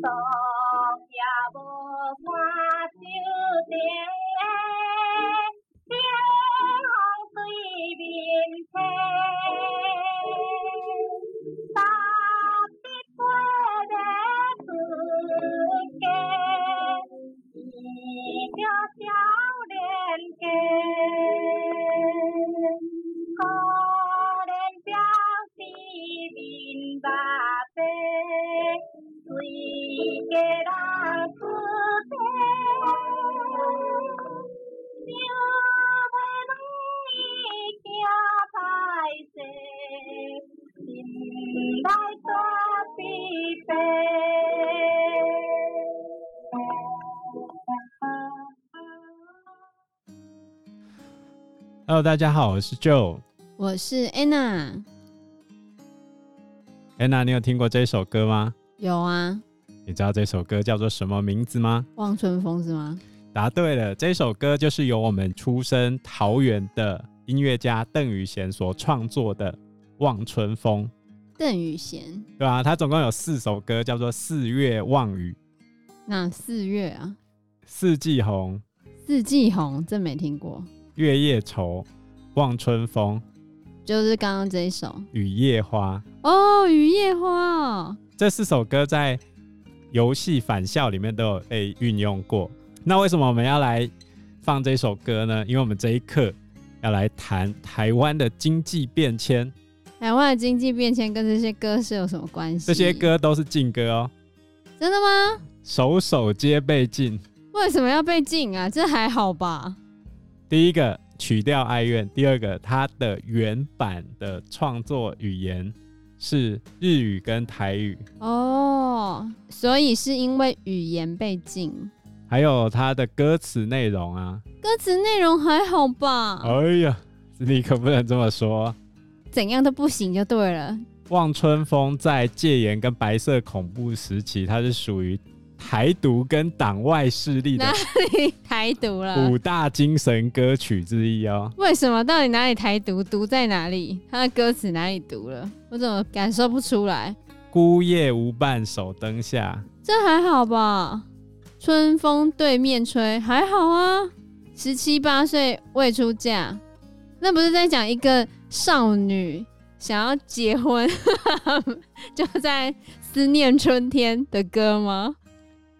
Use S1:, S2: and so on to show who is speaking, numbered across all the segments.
S1: 昨夜无看秋灯的冷风对面吹，三日过日子过，一条少年家，可怜表示面白白。谁家人出嫁，想袂问伊惊歹势，心内煞疲惫。
S2: Hello，大家好，我是 Joe。
S3: 我是 Anna，
S2: Anna，你有听过这首歌吗？
S3: 有啊，
S2: 你知道这首歌叫做什么名字吗？
S3: 望春风是吗？
S2: 答对了，这首歌就是由我们出身桃园的音乐家邓宇贤所创作的《望春风》，
S3: 邓宇贤，
S2: 对吧、他总共有四首歌，叫做《四月望雨》
S3: 那四月啊，
S2: 《四季红》《
S3: 四季红，真没听过，
S2: 月夜愁》《望春风》《
S3: 就是刚刚这一首
S2: 雨夜花》。
S3: 哦，《雨夜花》哦，
S2: 这四首歌在游戏《返校》里面都有被运用过。那为什么我们要来放这首歌呢？因为我们这一课要来谈台湾的经济变迁，
S3: 台湾的经济变迁跟这些歌是有什么关系？
S2: 这些歌都是禁歌哦，
S3: 真的吗？
S2: 首首皆被禁。
S3: 为什么要被禁啊？这还好吧？
S2: 第一个曲调哀怨，第二个它的原版的创作语言是日语跟台语，
S3: 哦，所以是因为语言被禁，
S2: 还有它的歌词内容啊。
S3: 歌词内容还好吧？
S2: 哎呀，你可不能这么说。
S3: 怎样都不行就对了。
S2: 望春风在戒严跟白色恐怖时期，它是属于台独跟党外势力的
S3: 哪里台独了？
S2: 五大精神歌曲之一哦。
S3: 为什么？到底哪里台独？毒在哪里？他的歌词哪里毒了？我怎么感受不出来？
S2: 孤夜无伴手灯下，
S3: 这还好吧？春风对面吹，还好啊。十七八岁未出嫁，那不是在讲一个少女想要结婚， 就在思念春天的歌吗？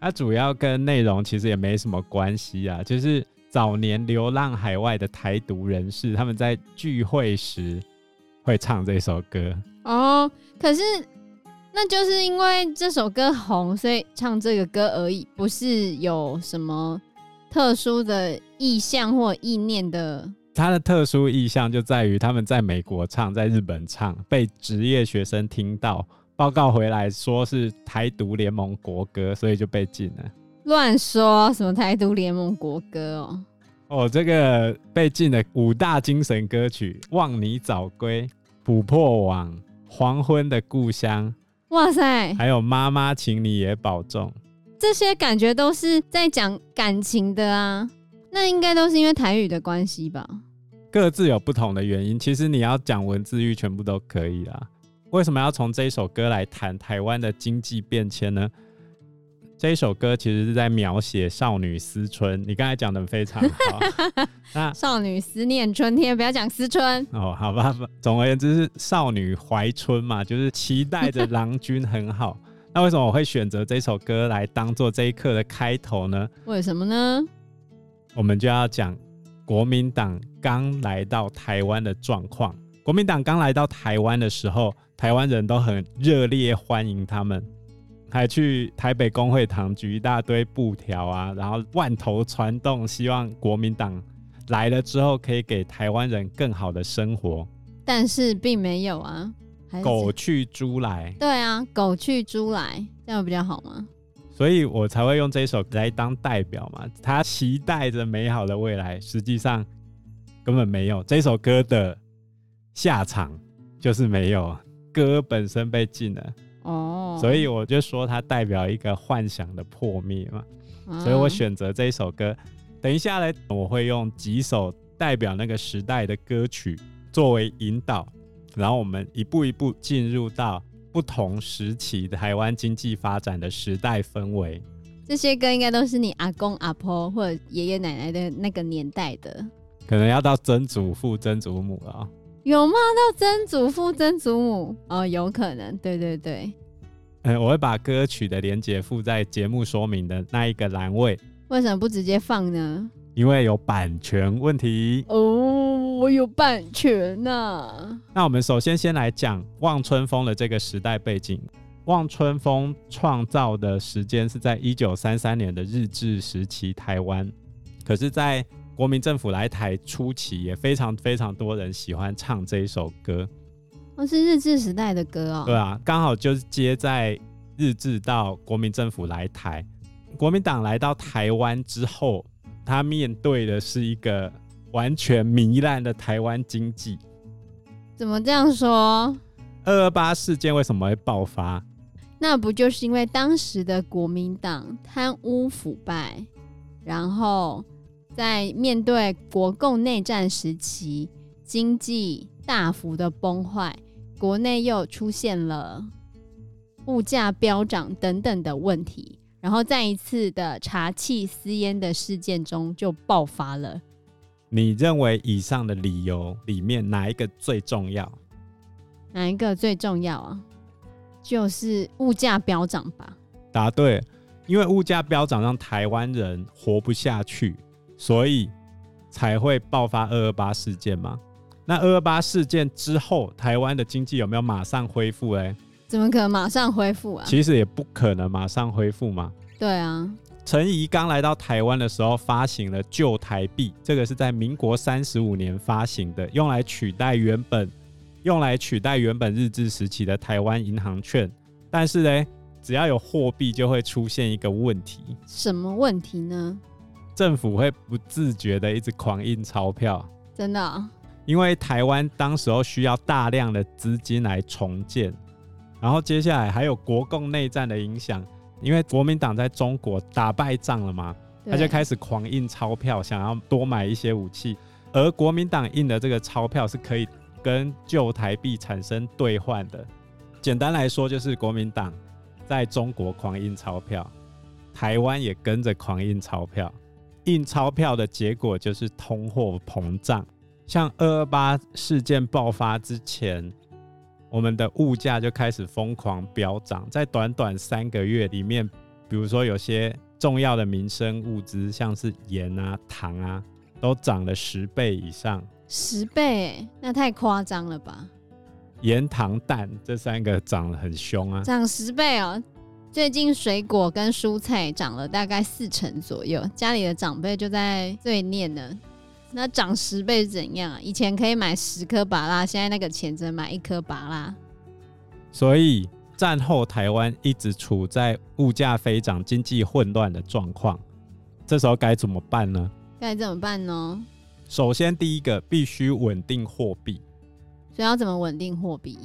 S2: 它主要跟内容其实也没什么关系啊，就是早年流浪海外的台独人士，他们在聚会时会唱这首歌。
S3: 哦，可是那就是因为这首歌红，所以唱这个歌而已，不是有什么特殊的意向或意念的。
S2: 它的特殊意象就在于他们在美国唱，在日本唱，被职业学生听到，报告回来说是台独联盟国歌，所以就被禁了。
S3: 乱说什么台独联盟国歌哦，
S2: 哦，这个被禁的五大精神歌曲《望你早归》《琥珀网》《黄昏的故乡
S3: 哇塞》，，
S2: 还有《妈妈，请你也保重》。
S3: 这些感觉都是在讲感情的啊，那应该都是因为台语的关系吧？
S2: 各自有不同的原因。其实你要讲文字狱，全部都可以啦。为什么要从这一首歌来谈台湾的经济变迁呢？这一首歌其实是在描写少女思春，你刚才讲的非常好。那
S3: 少女思念春天，不要讲思春，
S2: 哦，好吧，总而言之是少女怀春嘛，就是期待着郎君很好。那为什么我会选择这首歌来当做这一课的开头呢？
S3: 为什么呢？
S2: 我们就要讲国民党刚来到台湾的状况。国民党刚来到台湾的时候，台湾人都很热烈欢迎他们，还去台北工会堂举一大堆布条啊，然后万头攒动，希望国民党来了之后可以给台湾人更好的生活。
S3: 但是并没有啊，还是
S2: 狗去猪来，
S3: 对啊，狗去猪来，这样比较好吗？
S2: 所以我才会用这首来当代表嘛。他期待着美好的未来，实际上根本没有。这首歌的下场就是没有，歌本身被禁了，
S3: 哦，
S2: 所以我就说它代表一个幻想的破灭嘛。
S3: 啊，
S2: 所以我选择这一首歌。等一下呢，我会用几首代表那个时代的歌曲作为引导，然后我们一步一步进入到不同时期台湾经济发展的时代氛围。
S3: 这些歌应该都是你阿公阿婆或者爷爷奶奶的那个年代的，
S2: 可能要到曾祖父、曾祖母了、哦。
S3: 有骂到曾祖父、曾祖母哦，有可能，对对对，
S2: 嗯，我会把歌曲的连接附在节目说明的那一个栏位，
S3: 为什么不直接放呢？
S2: 因为有版权问题。
S3: 哦，我有版权呐、
S2: 那我们首先先来讲望春风的这个时代背景。望春风创造的时间是在一九三三年的日治时期台湾，可是，在国民政府来台初期，也非常非常多人喜欢唱这一首歌，
S3: 哦，是日治时代的歌哦。
S2: 对啊，刚好就是接在日治到国民政府来台，国民党来到台湾之后，他面对的是一个完全糜烂的台湾经济，
S3: 怎么这样说？
S2: 二二八事件为什么会爆发？
S3: 那不就是因为当时的国民党贪污腐败，然后在面对国共内战时期，经济大幅的崩坏，国内又出现了物价飙涨等等的问题，然后在一次的茶气私烟的事件中就爆发了。
S2: 你认为以上的理由里面哪一个最重要？
S3: 哪一个最重要啊？就是物价飙涨吧。
S2: 答对，因为物价飙涨让台湾人活不下去，所以才会爆发二二八事件嘛。那二二八事件之后，台湾的经济有没有马上恢复？哎，
S3: 怎么可能马上恢复啊？
S2: 其实也不可能马上恢复嘛。
S3: 对啊，
S2: 陈仪刚来到台湾的时候，发行了旧台币，这个是在民国三十五年发行的，用来取代原本用来取代原本日治时期的台湾银行券。但是呢，只要有货币，就会出现一个问题，
S3: 什么问题呢？
S2: 政府会不自觉的一直狂印钞票，
S3: 真的哦、
S2: 因为台湾当时候需要大量的资金来重建，然后接下来还有国共内战的影响，因为国民党在中国打败仗了嘛，
S3: 对
S2: 他就开始狂印钞票，想要多买一些武器。而国民党印的这个钞票是可以跟旧台币产生兑换的。简单来说，就是国民党在中国狂印钞票，台湾也跟着狂印钞票。印钞票的结果就是通货膨胀。像二二八事件爆发之前，我们的物价就开始疯狂飙涨，在短短三个月里面，比如说有些重要的民生物资，像是盐啊、糖啊，都涨了十倍以上。
S3: 十倍欸，那太夸张了吧？
S2: 盐、糖、蛋这三个涨得很凶啊！
S3: 涨十倍哦、最近水果跟蔬菜涨了大概四成左右，家里的长辈就在罪念呢。那涨十倍是怎样啊？以前可以买十颗芭拉，现在那个钱只能买一颗芭拉。
S2: 所以战后台湾一直处在物价飞涨、经济混乱的状况，这时候该怎么办呢？
S3: 该怎么办呢？
S2: 首先，第一个必须稳定货币。
S3: 所以要怎么稳定货币？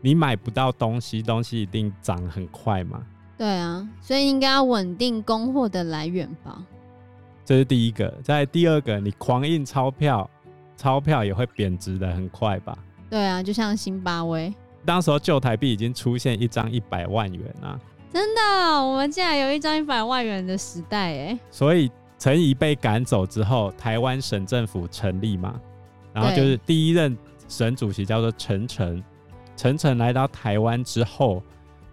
S2: 你买不到东西，东西一定涨很快嘛，
S3: 对啊，所以应该要稳定供货的来源吧。
S2: 这是第一个。在第二个，你狂印钞票，钞票也会贬值的很快吧？
S3: 对啊，就像津巴威，
S2: 当时候旧台币已经出现一张一百万元啊，
S3: 真的，我们竟然有一张一百万元的时代哎、
S2: 所以陈仪被赶走之后，台湾省政府成立嘛，然后
S3: 对
S2: 就是第一任省主席叫做陈诚，陈诚来到台湾之后，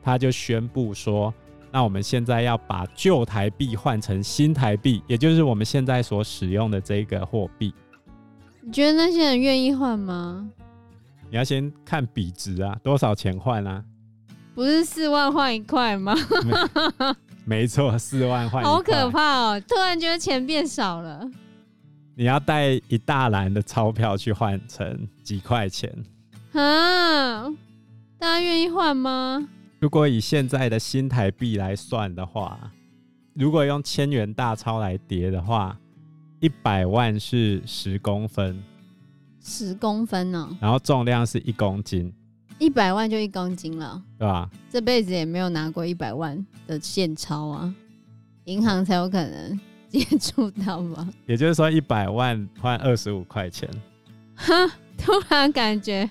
S2: 他就宣布说，那我们现在要把旧台币换成新台币，也就是我们现在所使用的这个货币。
S3: 你觉得那些人愿意换吗？
S2: 你要先看比值啊，多少钱换啊？
S3: 不是四万换一块吗？
S2: 没错，四万换一
S3: 好
S2: 块
S3: 可怕哦！突然觉得钱变少了，
S2: 你要带一大篮的钞票去换成几块钱。
S3: 啊！大家愿意换吗？
S2: 如果以现在的新台币来算的话，如果用千元大钞来叠的话，一百万是十公分，
S3: 十公分呢、
S2: 然后重量是一公斤，
S3: 一百万就一公斤了，
S2: 对吧？
S3: 这辈子也没有拿过一百万的现钞啊，银行才有可能接触到吧？
S2: 也就是说，一百万换二十五块钱，
S3: 哈， 突然感觉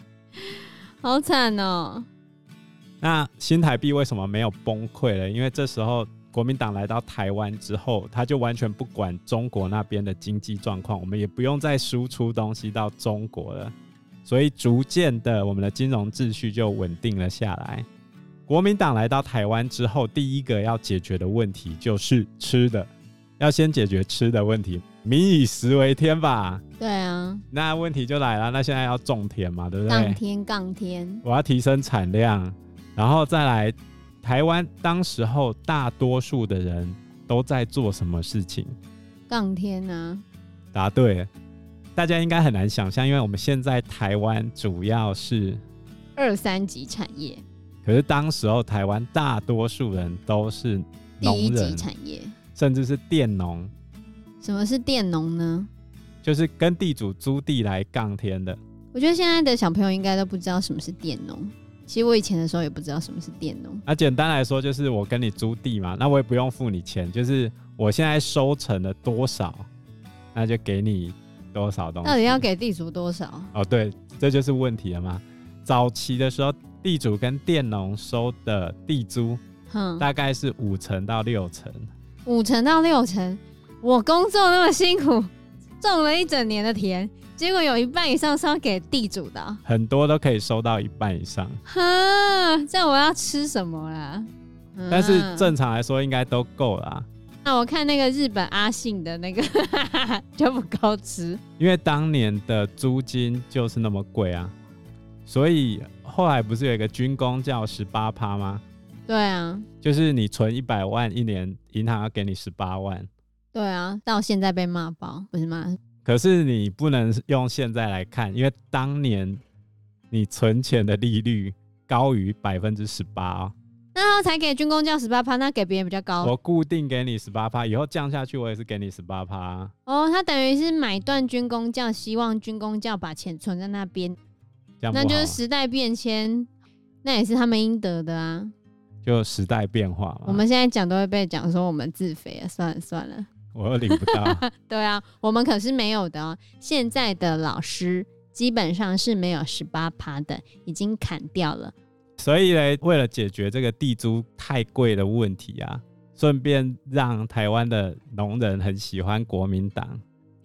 S3: 好惨哦、
S2: 那新台币为什么没有崩溃呢？因为这时候国民党来到台湾之后，他就完全不管中国那边的经济状况，我们也不用再输出东西到中国了，所以逐渐的我们的金融秩序就稳定了下来。国民党来到台湾之后，第一个要解决的问题就是吃的，要先解决吃的问题，民以食为天吧。
S3: 对啊，
S2: 那问题就来了，那现在要种田嘛，对不对？
S3: 杠天杠天，
S2: 我要提升产量，然后再来台湾。当时候大多数的人都在做什么事情？
S3: 杠天啊！
S2: 答对了，大家应该很难想象，因为我们现在台湾主要是，
S3: 二三级产业，
S2: 可是当时候台湾大多数人都是
S3: 第一
S2: 农
S3: 级
S2: 人，
S3: 产业。
S2: 甚至是佃农，
S3: 什么是佃农呢？
S2: 就是跟地主租地来杠天的。
S3: 我觉得现在的小朋友应该都不知道什么是佃农。其实我以前的时候也不知道什么是佃农。
S2: 那简单来说，就是我跟你租地嘛，那我也不用付你钱，就是我现在收成了多少，那就给你多少东西。
S3: 到底要给地主多少？
S2: 哦，对，这就是问题了嘛。早期的时候，地主跟佃农收的地租
S3: 哼，
S2: 大概是五成到六成，
S3: 五成到六成。我工作那么辛苦，种了一整年的田，结果有一半以上是要给地主的哦。
S2: 很多都可以收到一半以上。
S3: 哈，这样我要吃什么啦？嗯
S2: 但是正常来说，应该都够啦，
S3: 那我看那个日本阿信的那个 就不够吃。
S2: 因为当年的租金就是那么贵啊。所以后来不是有一个军工叫十八趴吗？
S3: 对啊，
S2: 就是你存一百万一年，银行要给你十八万，
S3: 对啊，到现在被骂爆，不是骂
S2: 可是你不能用现在来看，因为当年你存钱的利率高于百分之十八，哦
S3: 那他才给军工教十八趴，那给别人比较高
S2: 我固定给你十八趴，以后降下去我也是给你十八趴。
S3: 哦。他等于是买断军工教，希望军工教把钱存在那边，
S2: 这样不
S3: 那
S2: 好
S3: 就是
S2: 吗
S3: 时代变迁，那也是他们应得的啊。
S2: 就时代变化嘛。
S3: 我们现在讲都会被讲说我们自肥啊，算了算了。
S2: 我又领不 到，
S3: 对啊，我们可是没有的哦。现在的老师基本上是没有十八趴的，已经砍掉了。
S2: 所以呢，为了解决这个地租太贵的问题啊，顺便让台湾的农人很喜欢国民党。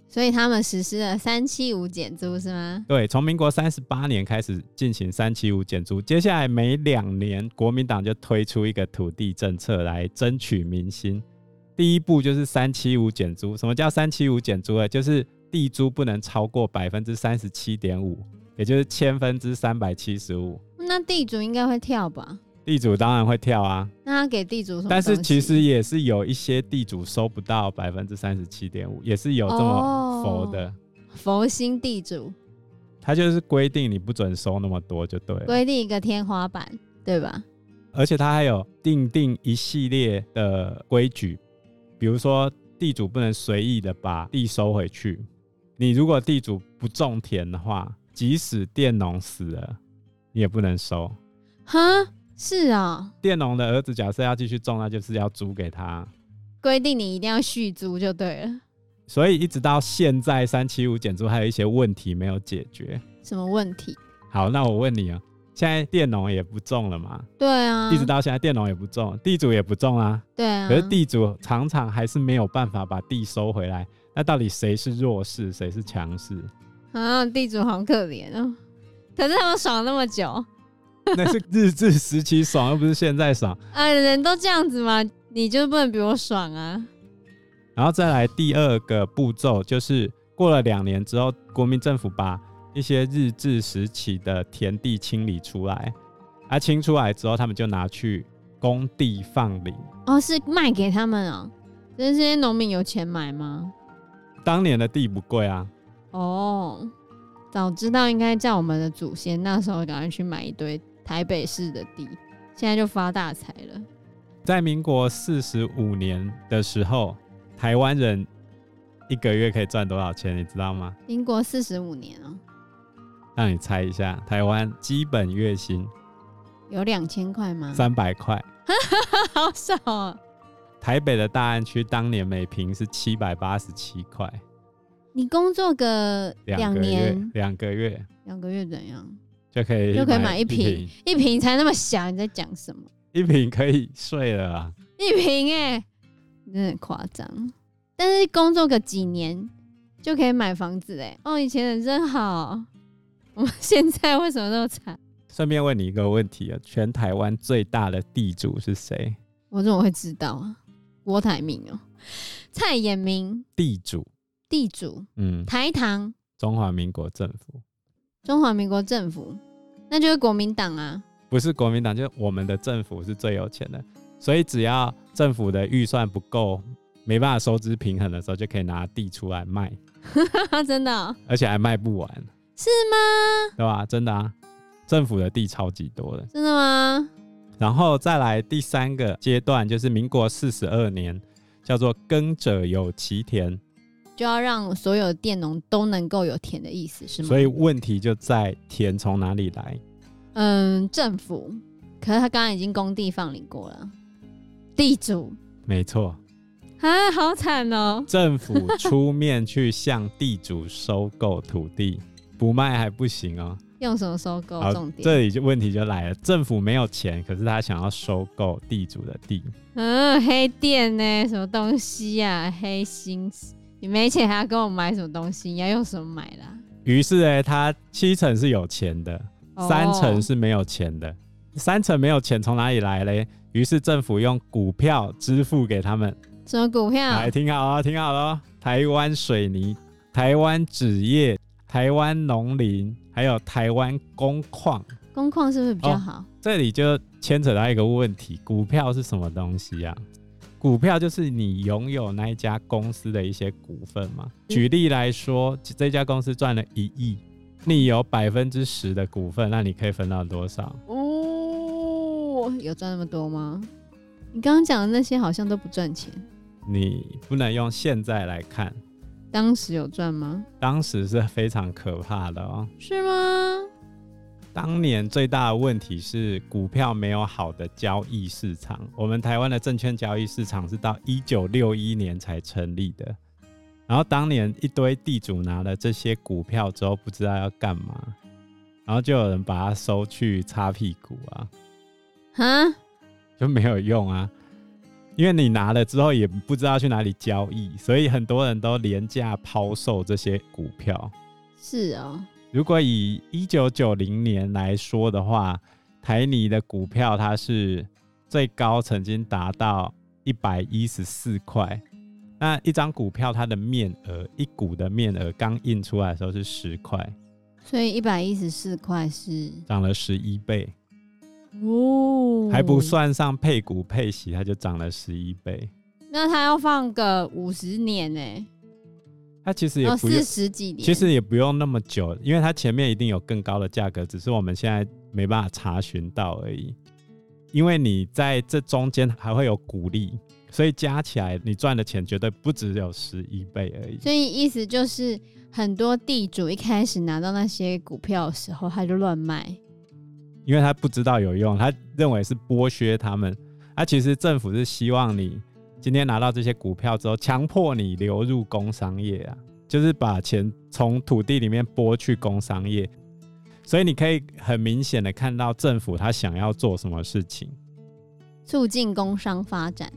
S3: 所以他们实施了三七五减租是吗？
S2: 对，从民国三十八年开始进行三七五减租，接下来每两年，国民党就推出一个土地政策来争取民心。第一步就是三七五减租。什么叫三七五减租呢？就是地租不能超过百分之三十七点五，也就是千分之三百七十五。
S3: 那地主应该会跳吧？
S2: 地主当然会跳啊，
S3: 那他给地主什么东西？
S2: 但是其实也是有一些地主收不到百分之三十七点五，也是有这
S3: 哦
S2: 么佛的。
S3: 佛心地主
S2: 他就是规定你不准收那么多就对了。
S3: 规定一个天花板，对吧？
S2: 而且它还有定定一系列的规矩，比如说地主不能随意的把地收回去。你如果地主不种田的话，即使佃农死了，你也不能收。
S3: 哈，是啊、
S2: 佃农的儿子假设要继续种，那就是要租给他。
S3: 规定你一定要续租就对了。
S2: 所以一直到现在，三七五减租还有一些问题没有解决。
S3: 什么问题？
S2: 好，那我问你啊，现在佃农也不种了嘛？
S3: 对啊，
S2: 一直到现在佃农也不种，地主也不种啊。
S3: 对啊，
S2: 可是地主常常还是没有办法把地收回来，那到底谁是弱势，谁是强势？
S3: 啊，地主好可怜哦。可是他们爽那么久，
S2: 那是日治时期爽，又不是现在爽。
S3: 啊，人都这样子嘛，你就不能比我爽啊？
S2: 然后再来第二个步骤，就是过了两年之后，国民政府把一些日治时期的田地清理出来，啊，清出来之后，他们就拿去工地放领。
S3: 哦，是卖给他们哦。就是这些农民有钱买吗？
S2: 当年的地不贵啊，
S3: 哦，早知道应该叫我们的祖先那时候赶快去买一堆台北市的地，现在就发大财了。
S2: 在民国四十五年的时候，台湾人一个月可以赚多少钱，你知道吗？
S3: 民国四十五年哦、
S2: 让你猜一下，台湾基本月薪
S3: 有两千块吗？
S2: 三百块，
S3: 好少哦、
S2: 台北的大安区当年每平是七百八十七块，
S3: 你工作个
S2: 两
S3: 两
S2: 个月
S3: 年，
S2: 两个月
S3: 两个月怎样？
S2: 就可以
S3: 就可以买
S2: 一
S3: 一瓶，一瓶才那么小，你在讲什么？
S2: 一瓶可以睡了啊。
S3: 一瓶哎、你真的很夸张。但是工作个几年就可以买房子哎、哦，以前人真好，我们现在为什么那么惨？
S2: 顺便问你一个问题啊，全台湾最大的地主是谁？
S3: 我怎么会知道啊？郭台铭哦、蔡衍明，
S2: 地主，
S3: 地主，
S2: 嗯，
S3: 台糖，
S2: 中华民国政府
S3: 中华民国政府，那就是国民党啊。
S2: 不是国民党，就是我们的政府是最有钱的，所以只要政府的预算不够，没办法收支平衡的时候，就可以拿地出来卖，
S3: 真的哦、
S2: 而且还卖不完，
S3: 是吗？
S2: 对吧？真的啊，政府的地超级多的。
S3: 真的吗？
S2: 然后再来第三个阶段，就是民国四十二年，叫做耕者有其田，
S3: 就要让所有佃农都能够有田的意思是吗？
S2: 所以问题就在田从哪里来。
S3: 嗯，政府，可是他刚刚已经工地放领过了，地主
S2: 没错，
S3: 啊，好惨哦、
S2: 政府出面去向地主收购土地，不卖还不行哦。
S3: 用什么收购？哦重点，
S2: 这里就问题就来了，政府没有钱，可是他想要收购地主的地，
S3: 嗯，黑店呢、什么东西呀、黑心，你没钱还要跟我买什么东西？你要用什么买啊啦？
S2: 于是呢，他七成是有钱的，
S3: 哦
S2: 三成是没有钱的。三成没有钱从哪里来嘞？于是政府用股票支付给他们。
S3: 什么股票
S2: 来，？听好哦，听好喽！台湾水泥、台湾纸业、台湾农林，还有台湾工矿。
S3: 工矿是不是比较
S2: 哦
S3: 好？
S2: 这里就牵扯到一个问题：股票是什么东西啊？股票就是你拥有那一家公司的一些股份嘛。举例来说，这家公司赚了一亿，你有百分之十的股份，那你可以分到多少？
S3: 哦，有赚那么多吗？你刚刚讲的那些好像都不赚钱，
S2: 你不能用现在来看，
S3: 当时有赚吗？
S2: 当时是非常可怕的哦。
S3: 是吗？
S2: 当年最大的问题是股票没有好的交易市场。我们台湾的证券交易市场是到一九六一年才成立的，然后当年一堆地主拿了这些股票之后，不知道要干嘛，然后就有人把它收去擦屁股啊，
S3: 哈，
S2: 就没有用啊，因为你拿了之后也不知道去哪里交易，所以很多人都廉价抛售这些股票。
S3: 是哦，
S2: 如果以一九九零年来说的话，台泥的股票它是最高曾经达到一百一十四块。那一张股票它的面额，一股的面额刚印出来的时候是十块，
S3: 所以一百一十四块是
S2: 涨了十一倍，
S3: 哦，
S2: 还不。算上配股配息，它就涨了十一倍。
S3: 那他要放个五十年呢、
S2: 它其实也
S3: 然后
S2: 不用
S3: 四，十几年，
S2: 其实也不用那么久，因为它前面一定有更高的价格，只是我们现在没办法查询到而已。因为你在这中间还会有股利，所以加起来你赚的钱绝对不只有十一倍而已。
S3: 所以意思就是很多地主一开始拿到那些股票的时候，他就乱卖，
S2: 因为他不知道有用，他认为是剥削他们。啊，其实政府是希望你今天拿到这些股票之后，强迫你流入工商业啊，就是把钱从土地里面拨去工商业。所以你可以很明显的看到政府他想要做什么事情。
S3: 促进工商发展。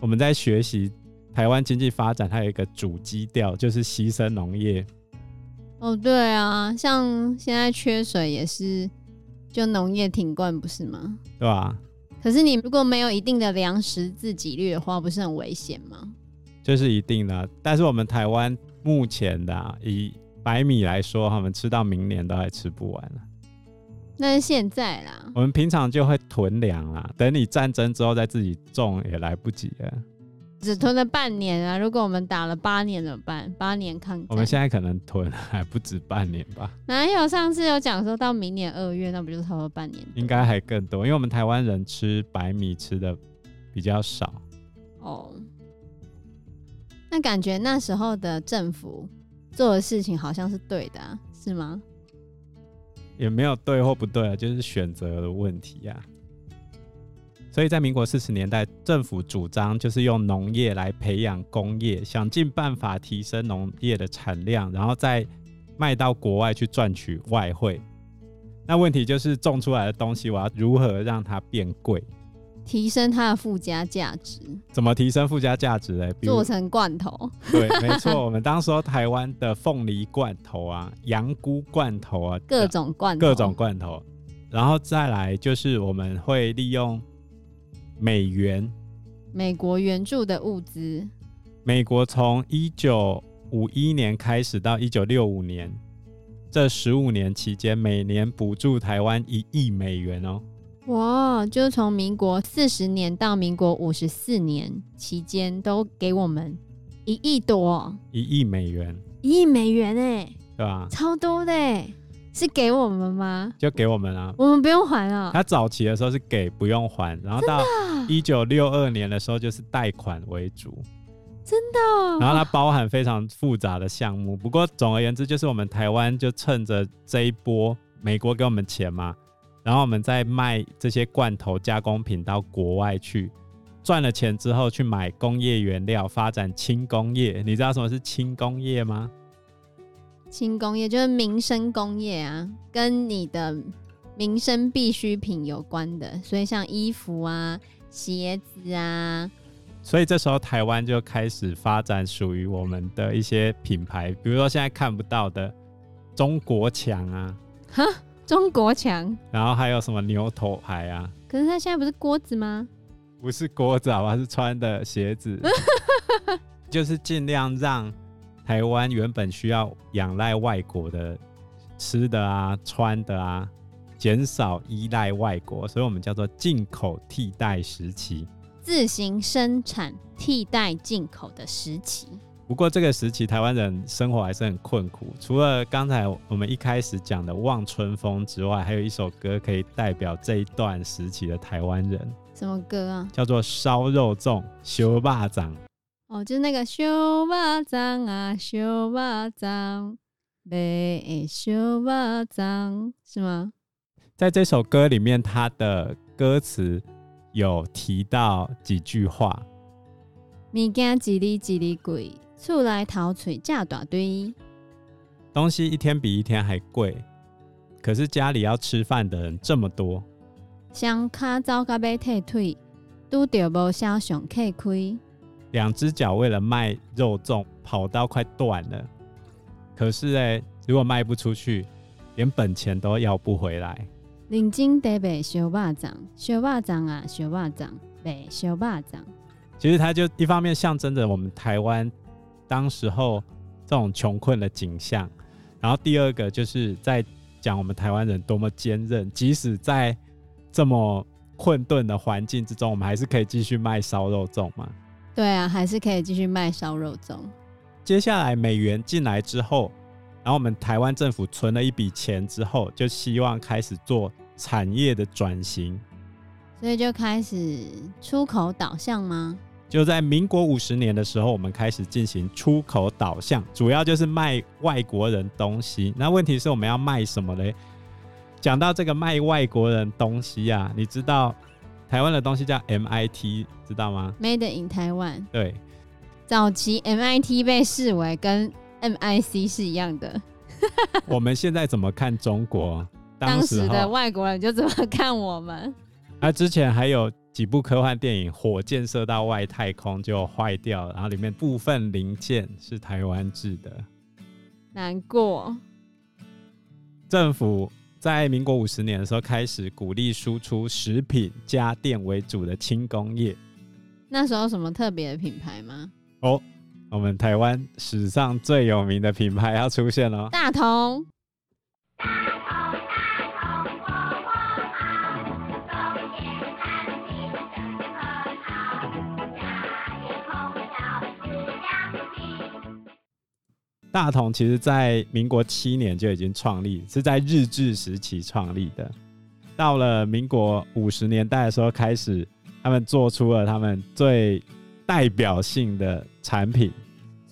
S2: 我们在学习台湾经济发展，它有一个主基调，就是牺牲农业。
S3: 哦，对啊，像现在缺水也是，就农业停灌不是吗？
S2: 对吧？
S3: 可是你如果没有一定的粮食自给率的话，不是很危险吗？
S2: 这是一定的啊。但是我们台湾目前的啊、以百米来说，我们吃到明年都还吃不完啊
S3: 那是现在啦，
S2: 我们平常就会囤粮啦，等你战争之后再自己种也来不及了。
S3: 只囤了半年啊。如果我们打了八年怎么办？八年抗战，
S2: 我们现在可能囤还不止半年吧，
S3: 哪有？上次有讲说到明年二月，那不就差不多半年？
S2: 应该还更多，因为我们台湾人吃白米吃的比较少。
S3: 哦，那感觉那时候的政府做的事情好像是对的、啊，是吗？
S2: 也没有对或不对啊，就是选择的问题啊。所以在民国四十年代，政府主张就是用农业来培养工业，想尽办法提升农业的产量，然后再卖到国外去赚取外汇。那问题就是种出来的东西，我要如何让它变贵？
S3: 提升它的附加价值，
S2: 怎么提升附加价值嘞？比如
S3: 做成罐头，
S2: 对，没错，我们当时候台湾的凤梨罐头啊、羊菇罐头啊，
S3: 各种罐头，
S2: 各种罐头，然后再来就是我们会利用美元，
S3: 美国援助的物资，
S2: 美国从一九五一年开始到一九六五年这十五年期间，每年补助台湾一亿美元哦。
S3: 哇，就是从民国四十年到民国五十四年期间，都给我们一亿多，
S2: 一亿美元，
S3: 一亿美元哎、
S2: 对吧？
S3: 超多的哎、是给我们吗？
S2: 就给我们啊。
S3: 我们不用还啊、
S2: 他早期的时候是给不用还，然后到一九六二年的时候就是贷款为主， 然后它包含非常复杂的项目。不过总而言之，就是我们台湾就趁着这一波美国给我们钱嘛，然后我们再卖这些罐头加工品到国外去，赚了钱之后去买工业原料，发展轻工业。你知道什么是轻工业吗？
S3: 轻工业就是民生工业啊，跟你的民生必需品有关的，所以像衣服啊、鞋子啊，
S2: 所以这时候台湾就开始发展属于我们的一些品牌，比如说现在看不到的中国强啊，
S3: 中国强。
S2: 然后还有什么牛头牌啊，
S3: 可是它现在不是锅子吗？
S2: 不是锅子好吧，是穿的鞋子，就是尽量让台湾原本需要仰赖外国的吃的啊、穿的啊，减少依赖外国，所以我们叫做进口替代时期。
S3: 自行生产替代进口的时期，
S2: 不过这个时期，台湾人生活还是很困苦。除了刚才我们一开始讲的《望春风》之外，还有一首歌可以代表这一段时期的台湾人，
S3: 什么歌啊？
S2: 叫做《烧肉粽》修霸掌。
S3: 哦，就是那个修巴掌啊，修巴掌，被修巴掌是吗？
S2: 在这首歌里面，它的歌词有提到几句话，
S3: 物件一粒一粒贵，厝内头喙正大堆。
S2: 东西一天比一天还贵，可是家里要吃饭的人这么多，
S3: 双脚走到要退退，拄着无啥上客开。
S2: 两只脚为了卖肉粽跑到快断了，可是哎、如果卖不出去，连本钱都要不回来。
S3: 认真地卖小肉粽，小肉粽啊，小肉粽，卖小肉粽。
S2: 其实它就一方面象征着我们台湾当时候这种穷困的景象，然后第二个就是在讲我们台湾人多么坚韧，即使在这么困顿的环境之中，我们还是可以继续卖烧肉粽嘛。
S3: 对啊，还是可以继续卖烧肉粽。
S2: 接下来美元进来之后，然后我们台湾政府存了一笔钱之后，就希望开始做产业的转型。
S3: 所以就开始出口导向吗？
S2: 就在民国五十年的时候，我们开始进行出口导向，主要就是卖外国人东西。那问题是我们要卖什么嘞？讲到这个卖外国人东西啊，你知道台湾的东西叫 MIT，知道吗？
S3: Made in Taiwan，
S2: 对，
S3: 早期 MIT 被视为跟 MIC 是一样的，
S2: 我们现在怎么看中国？
S3: 当时
S2: 候
S3: 的外国人就这么看我们。
S2: 那之前还有几部科幻电影，火箭射到外太空就坏掉了，然后里面部分零件是台湾制的。
S3: 难过，
S2: 政府在民国五十年的时候开始鼓励输出食品、家电为主的轻工业。
S3: 那时候有什么特别的品牌吗？
S2: 哦，我们台湾史上最有名的品牌要出现了。
S3: 大同，
S2: 大同其实在民国七年就已经创立，是在日治时期创立的。到了民国五十年代的时候，开始他们做出了他们最代表性的产品，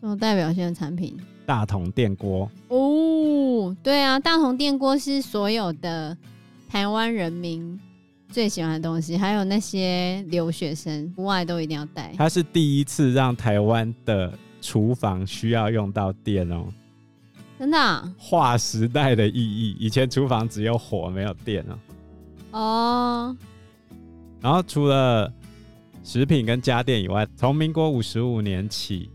S3: 什么代表性的产品？
S2: 大同电锅。
S3: 哦，对啊，大同电锅是所有的台湾人民最喜欢的东西，还有那些留学生国外都一定要带。
S2: 它是第一次让台湾的厨房需要用到电哦，
S3: 真的啊、
S2: 划时代的意义。以前厨房只有火没有电哦。
S3: 哦，
S2: 然后除了食品跟家电以外，从民国五十五年起，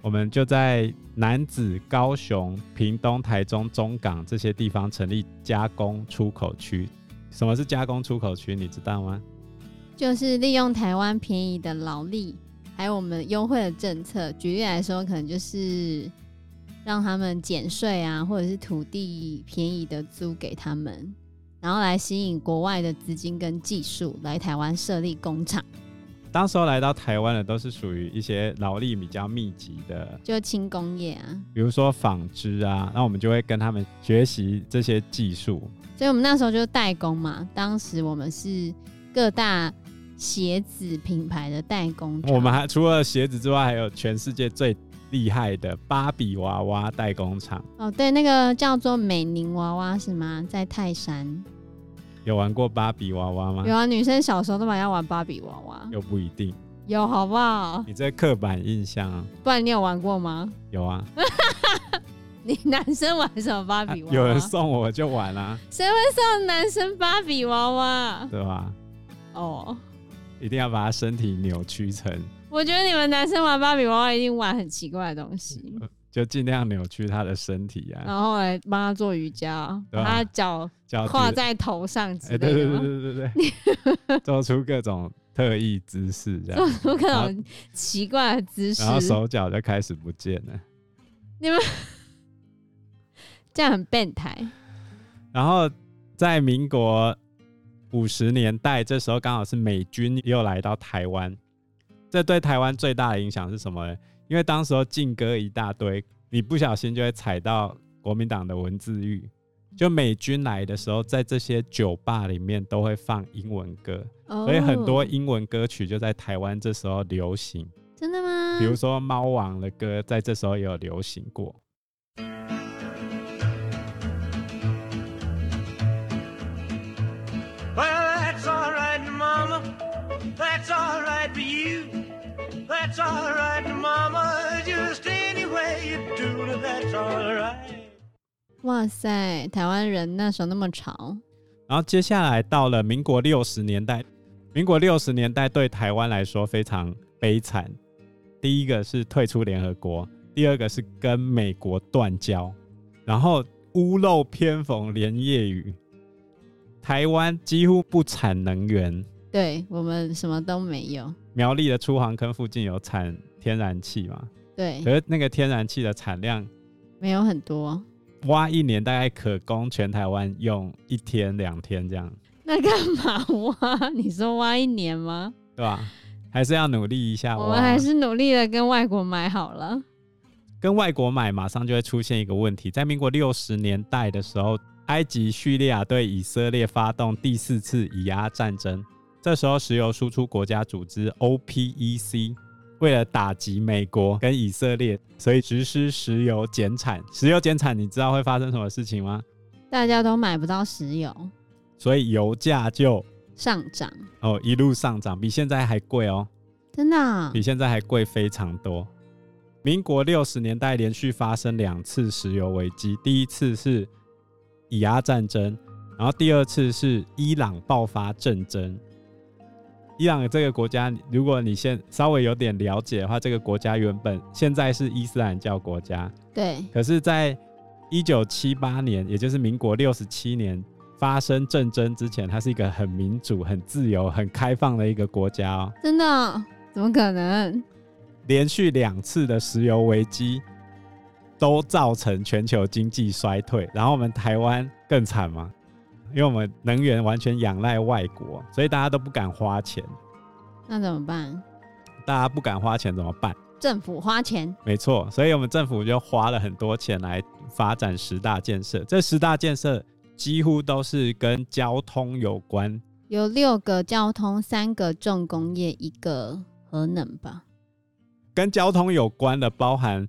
S2: 我们就在南子、高雄、屏东、台中、中港这些地方成立加工出口区。什么是加工出口区？你知道吗？
S3: 就是利用台湾便宜的劳力，还有我们优惠的政策。举例来说，可能就是让他们减税啊，或者是土地便宜的租给他们，然后来吸引国外的资金跟技术来台湾设立工厂，
S2: 当时候来到台湾的都是属于一些劳力比较密集的，
S3: 就轻工业啊。
S2: 比如说纺织啊，那我们就会跟他们学习这些技术。
S3: 所以我们那时候就是代工嘛，当时我们是各大鞋子品牌的代工厂。
S2: 我们还除了鞋子之外，还有全世界最厉害的芭比娃娃代工厂。
S3: 哦，对，那个叫做美宁娃娃是吗？在泰山。
S2: 有玩过芭比娃娃吗？
S3: 有啊，女生小时候都蛮要玩芭比娃娃，
S2: 又不一定，
S3: 有好不好？
S2: 你这刻板印象啊，
S3: 不然你有玩过吗？
S2: 有啊，
S3: 你男生玩什么芭比娃 娃？
S2: 有人送我就玩啊，
S3: 谁会送男生芭比娃娃？
S2: 对吧？
S3: 哦，
S2: 一定要把他身体扭曲成，
S3: 我觉得你们男生玩芭比娃娃一定玩很奇怪的 东西，
S2: 就尽量扭曲他的身体啊，
S3: 然后来帮他做瑜伽，
S2: 对啊
S3: 把他脚
S2: 叫
S3: 跨在头上之
S2: 哎，
S3: 类
S2: 对对
S3: 的
S2: 对
S3: 吗，
S2: 对对 对，做出各种特异姿势这样，
S3: 做出各种奇怪的姿势
S2: 然，后手脚就开始不见了。
S3: 这样很变态。
S2: 然后在民国五十年代，这时候刚好是美军又来到台湾，这对台湾最大的影响是什么呢？因为当时候禁歌一大堆，你不小心就会踩到国民党的文字狱。就美军来的时候，在这些酒吧里面都会放英文歌，所以很多
S3: 哦
S2: 英文歌曲就在台湾这时候流行。
S3: 真的吗？
S2: 比如说猫王的歌，在这时候也有流行过。
S4: Well, that's all right, Mama. That's all right for you. That's all right, Mama. Just any way you do it, that's all right.
S3: 哇塞，台湾人那时候那么潮，
S2: 然后接下来到了民国六十年代，民国六十年代对台湾来说非常悲惨。第一个是退出联合国，第二个是跟美国断交，然后屋漏偏逢连夜雨，台湾几乎不产能源。
S3: 对我们什么都没有。
S2: 苗栗的出航坑附近有产天然气嘛？
S3: 对，
S2: 可是那个天然气的产量，
S3: 没有很多。
S2: 挖一年大概可供全台湾用一天两天这样，
S3: 那干嘛挖？你说挖一年吗？
S2: 对吧？还是要努力一下挖。
S3: 我们还是努力的跟外国买好了。
S2: 跟外国买，马上就会出现一个问题。在民国六十年代的时候，埃及、叙利亚对以色列发动第四次以阿战争。这时候，石油输出国家组织 OPEC 为了打击美国跟以色列，所以实施石油减产。石油减产，你知道会发生什么事情吗？
S3: 大家都买不到石油，
S2: 所以油价就
S3: 上涨，
S2: 哦一路上涨，比现在还贵哦。
S3: 真的 啊、
S2: 比现在还贵非常多。民国六十年代连续发生两次石油危机，第一次是以阿战争，然后第二次是伊朗爆发战争。伊朗这个国家，如果你现稍微有点了解的话，这个国家原本现在是伊斯兰教国家，
S3: 对，
S2: 可是，在一九七八年，也就是民国六十七年发生战争之前，它是一个很民主、很自由、很开放的一个国家哦。
S3: 真的啊、怎么可能？
S2: 连续两次的石油危机都造成全球经济衰退，然后我们台湾更惨嘛，因为我们能源完全仰赖外国，所以大家都不敢花钱，
S3: 那怎么办？
S2: 大家不敢花钱怎么办？
S3: 政府花钱，
S2: 没错，所以我们政府就花了很多钱来发展十大建设，这十大建设几乎都是跟交通有关，
S3: 有六个交通，三个重工业，一个核能吧。
S2: 跟交通有关的，包含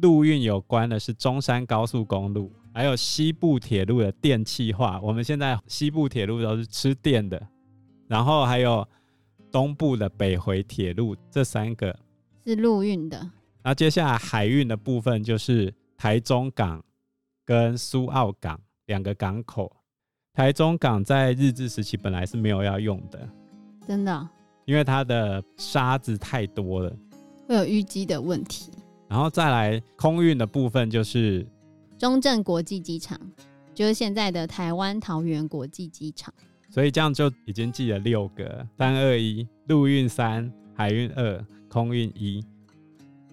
S2: 陆运有关的是中山高速公路，还有西部铁路的电气化。我们现在西部铁路都是吃电的，然后还有东部的北回铁路这三个。
S3: 是陆运的，
S2: 然后接下来海运的部分就是台中港跟苏澳港两个港口。台中港在日治时期本来是没有要用的，
S3: 真的哦
S2: 因为它的沙子太多了。
S3: 会有淤积的问题。
S2: 然后再来空运的部分，就是
S3: 中正国际机场就是现在的台湾桃园国际机场。
S2: 所以这样就已经记了六个：三二一，陆运三，海运二，空运一，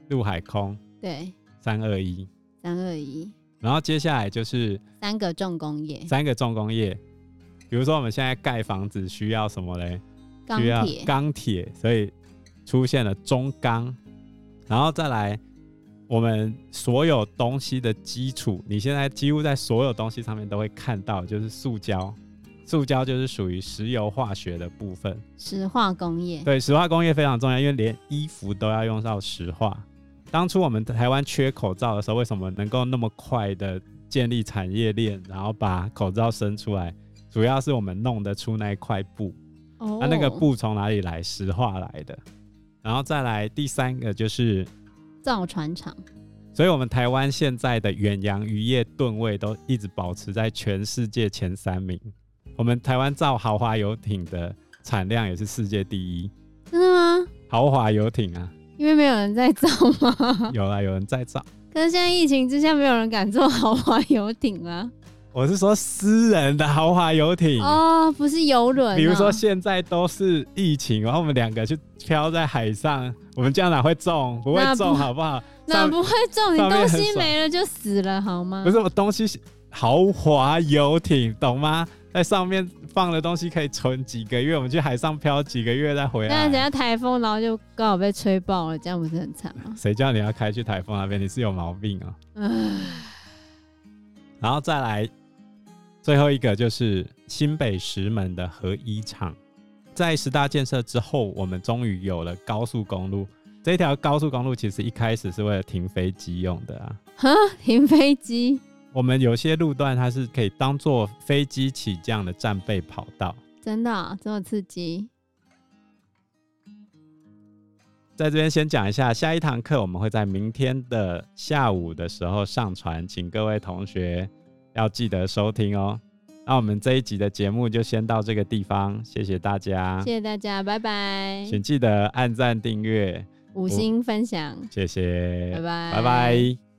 S2: 陆海空
S3: 对，
S2: 三二一。
S3: 三二一，
S2: 然后接下来就是
S3: 三个重工业，
S2: 三个重工业，比如说我们现在盖房子需要什么嘞？
S3: 钢
S2: 需要
S3: 铁、
S2: 啊钢铁，所以出现了中钢，然后再来我们所有东西的基础，你现在几乎在所有东西上面都会看到，就是塑胶，塑胶就是属于石油化学的部分。
S3: 石化工业。
S2: 对，石化工业非常重要，因为连衣服都要用到石化。当初我们台湾缺口罩的时候，为什么能够那么快的建立产业链，然后把口罩生出来？主要是我们弄得出那一块布，
S3: 哦
S2: 啊那、那个布从哪里来？石化来的。然后再来第三个就是，
S3: 造船厂，
S2: 所以我们台湾现在的远洋渔业吨位都一直保持在全世界前三名。我们台湾造豪华游艇的产量也是世界第一，
S3: 真的吗？
S2: 豪华游艇啊，
S3: 因为没有人在造嘛。
S2: 有啊啦，有人在造。
S3: 可是现在疫情之下，没有人敢坐豪华游艇啦。
S2: 我是说私人的豪华游艇，
S3: 哦，不是游轮哦、
S2: 比如说现在都是疫情，然后我们两个去漂在海上，我们这样哪会中？不
S3: 那
S2: 会
S3: 不
S2: 中，好不好？
S3: 那
S2: 上
S3: 不会中，你
S2: 上面
S3: 东
S2: 很
S3: 西
S2: 爽
S3: 没了就死了好吗？
S2: 不是我东西，豪华游艇，懂吗？在上面放的东西可以存几个月，我们去海上漂几个月再回
S3: 那等
S2: 来。
S3: 下台风，然后就刚好被吹爆了，这样不是很惨吗？
S2: 谁叫你要开去台风那边？你是有毛病啊、
S3: 唉
S2: 然后再来最后一个就是新北石门的合一厂，在十大建设之后，我们终于有了高速公路。这条高速公路其实一开始是为了停飞机用的啊。
S3: 哈，停飞机
S2: 我们有些路段它是可以当做飞机起降的战备跑道，
S3: 真的啊、这么刺激？
S2: 在这边先讲一下，下一堂课我们会在明天的下午的时候上传，请各位同学要记得收听哦。那我们这一集的节目就先到这个地方，谢谢大家，
S3: 谢谢大家，拜拜，
S2: 请记得按赞订阅，
S3: 五星分享，
S2: 谢谢，
S3: 拜拜，
S2: 拜拜